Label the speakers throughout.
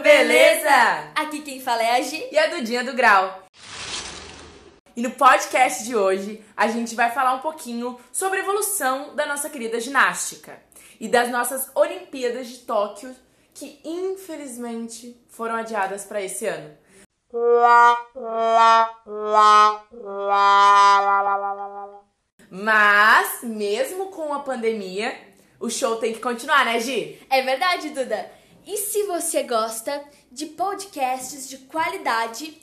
Speaker 1: beleza?
Speaker 2: Aqui quem fala é a Gi.
Speaker 1: E a Dudinha do Grau. E no podcast de hoje, a gente vai falar um pouquinho sobre a evolução da nossa querida ginástica e das nossas Olimpíadas de Tóquio, que infelizmente foram adiadas para esse ano. Mas, mesmo com a pandemia, o show tem que continuar, né, Gi?
Speaker 2: É verdade, Duda. E se você gosta de podcasts de qualidade,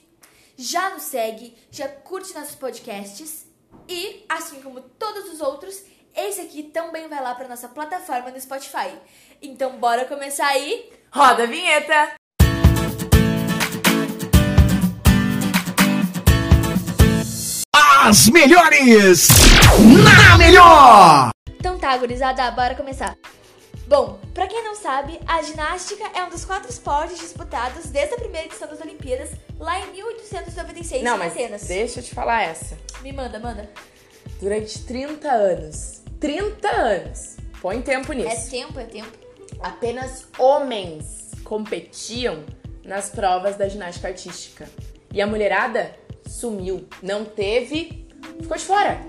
Speaker 2: já nos segue, já curte nossos podcasts e, assim como todos os outros, esse aqui também vai lá para nossa plataforma no Spotify. Então, bora começar aí?
Speaker 1: Roda a vinheta!
Speaker 3: As melhores na melhor!
Speaker 2: Então tá, gurizada, bora começar. Bom, pra quem não sabe, a ginástica é um dos quatro esportes disputados desde a primeira edição das Olimpíadas, lá em 1896,
Speaker 1: Não,
Speaker 2: em
Speaker 1: mas
Speaker 2: Atenas.
Speaker 1: deixa eu te falar essa.
Speaker 2: Me manda, manda.
Speaker 1: Durante 30 anos. 30 anos! Põe tempo nisso.
Speaker 2: É tempo, é tempo.
Speaker 1: Apenas homens competiam nas provas da ginástica artística. E a mulherada sumiu. Não teve. Ficou de fora.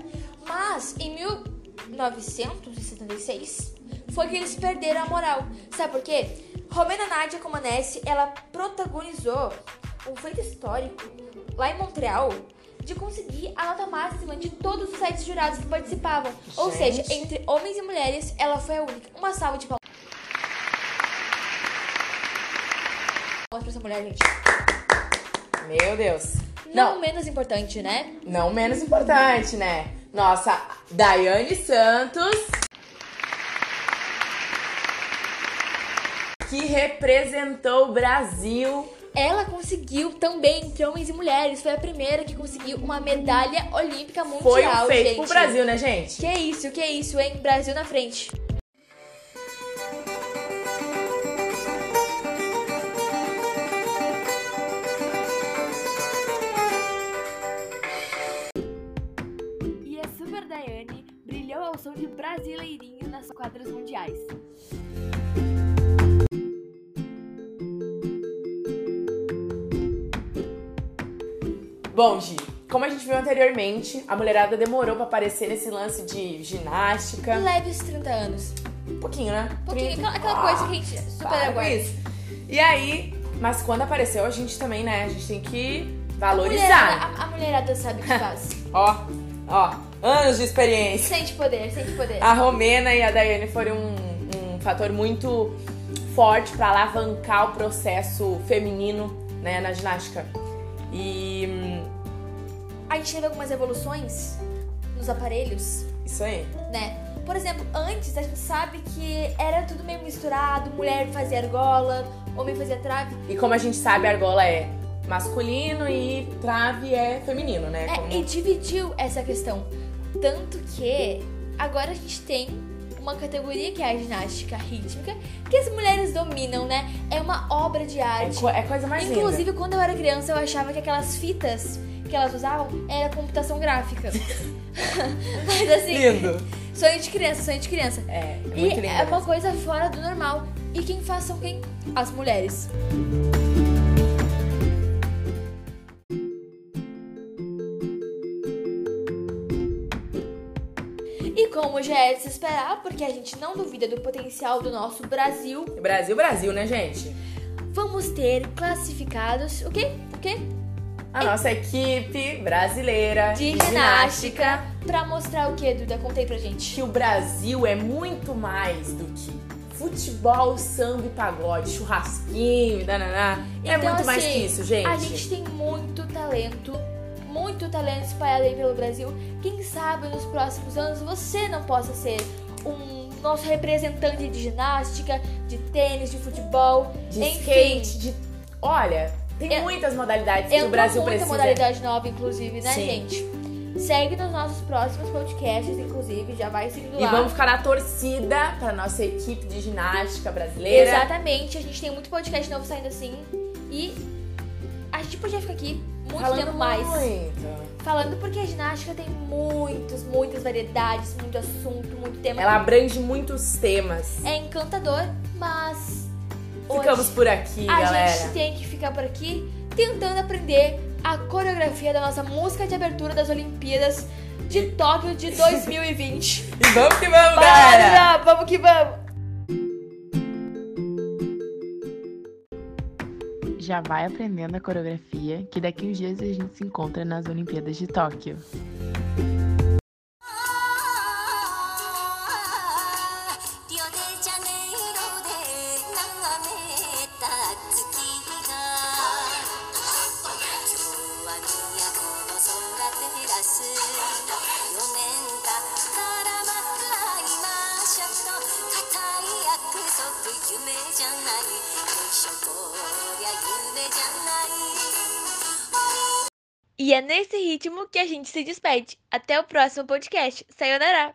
Speaker 2: Mas em 1976 foi que eles perderam a moral. Sabe por quê? Romena Nádia Comaneci, ela protagonizou um feito histórico lá em Montreal de conseguir a nota máxima de todos os sete jurados que participavam. Ou
Speaker 1: Gente.
Speaker 2: seja, entre homens e mulheres, ela foi a única. Uma salva de palmas pra essa mulher, gente.
Speaker 1: Meu Deus.
Speaker 2: Não,
Speaker 1: Não,
Speaker 2: menos importante, né?
Speaker 1: não menos importante, né? Nossa, Daiane Santos. Que representou o Brasil
Speaker 2: Ela conseguiu também, entre homens e mulheres, foi a primeira que conseguiu uma medalha olímpica mundial,
Speaker 1: Foi um feito
Speaker 2: gente.
Speaker 1: pro Brasil, né, gente?
Speaker 2: Que é isso, que isso, hein? Brasil na frente.
Speaker 4: E a Super Daiane brilhou ao som de Brasileirinho nas quadras mundiais.
Speaker 1: Bom, Gi, como a gente viu anteriormente, a mulherada demorou pra aparecer nesse lance de ginástica.
Speaker 2: Leve os 30 anos.
Speaker 1: Um pouquinho, né?
Speaker 2: Um pouquinho,
Speaker 1: Trinta.
Speaker 2: aquela, aquela coisa que a gente
Speaker 1: Ah,
Speaker 2: super
Speaker 1: para com
Speaker 2: aguarda.
Speaker 1: isso. E aí, mas quando apareceu, a gente também, né? A gente tem que
Speaker 2: A mulherada,
Speaker 1: valorizar.
Speaker 2: a, a mulherada sabe o que faz.
Speaker 1: Ó, ó, anos de experiência.
Speaker 2: sente poder, sente poder.
Speaker 1: A Romena e a Daiane foram um, um fator muito forte pra alavancar o processo feminino, né, na ginástica. E hum,
Speaker 2: A gente teve algumas evoluções nos aparelhos,
Speaker 1: isso aí.
Speaker 2: né? Por exemplo, antes a gente sabe que era tudo meio misturado, mulher fazia argola, homem fazia trave.
Speaker 1: E como a gente sabe, a argola é masculino e trave é feminino, né?
Speaker 2: É,
Speaker 1: Como-
Speaker 2: e dividiu essa questão. Tanto que agora a gente tem uma categoria que é a ginástica rítmica, que as mulheres dominam, né? É uma obra de
Speaker 1: é
Speaker 2: arte.
Speaker 1: co- é coisa mais linda.
Speaker 2: Inclusive, quando eu era criança, eu achava que aquelas fitas que elas usavam era computação gráfica. Mas assim,
Speaker 1: Lindo.
Speaker 2: sonho de criança, sonho de criança.
Speaker 1: É, é
Speaker 2: E
Speaker 1: muito lindo.
Speaker 2: é uma coisa fora do normal. E quem faz são quem? As mulheres. E como já é de se esperar, porque a gente não duvida do potencial do nosso Brasil,
Speaker 1: Brasil, Brasil, né, gente?
Speaker 2: vamos ter classificados o quê? O quê?
Speaker 1: A nossa equipe brasileira
Speaker 2: De ginástica. Pra mostrar o quê, Duda? Contei pra gente.
Speaker 1: Que o Brasil é muito mais do que futebol, samba e pagode, churrasquinho e dananá. é
Speaker 2: Então,
Speaker 1: muito mais
Speaker 2: assim,
Speaker 1: que isso, gente.
Speaker 2: A gente tem muito talento, muito talento espalhado aí pelo Brasil. Quem sabe nos próximos anos você não possa ser um nosso representante de ginástica, de tênis, de futebol.
Speaker 1: De
Speaker 2: enfim,
Speaker 1: skate, de... Olha, tem
Speaker 2: En-
Speaker 1: muitas modalidades que
Speaker 2: Entrou
Speaker 1: o Brasil
Speaker 2: muita
Speaker 1: precisa.
Speaker 2: modalidade nova, inclusive, né,
Speaker 1: Sim.
Speaker 2: gente? Segue nos nossos próximos podcasts, inclusive, já vai seguindo
Speaker 1: E
Speaker 2: lá.
Speaker 1: vamos ficar na torcida pra nossa equipe de ginástica brasileira.
Speaker 2: Exatamente, a gente tem muito podcast novo saindo assim. E a gente podia ficar aqui muito tempo tá mais.
Speaker 1: muito.
Speaker 2: Falando porque a ginástica tem muitos, muitas variedades, muito assunto, muito tema.
Speaker 1: Ela abrange muitos temas.
Speaker 2: É encantador, mas
Speaker 1: Ficamos por aqui,
Speaker 2: a
Speaker 1: galera.
Speaker 2: gente tem que ficar por aqui tentando aprender a coreografia da nossa música de abertura das Olimpíadas de Tóquio de 2020.
Speaker 1: E vamos que vamos, galera!
Speaker 2: Bora! Vamos que vamos!
Speaker 5: Já vai aprendendo a coreografia, que daqui uns dias a gente se encontra nas Olimpíadas de Tóquio.
Speaker 6: 「リオデジャネイロで眺めた月が」「調和都の空照らす」「4年経ったらまた会いましょう」「固い約束夢じゃない」「でしょこりゃ夢じゃない」
Speaker 2: E é nesse ritmo que a gente se despede. Até o próximo podcast. Sayonara!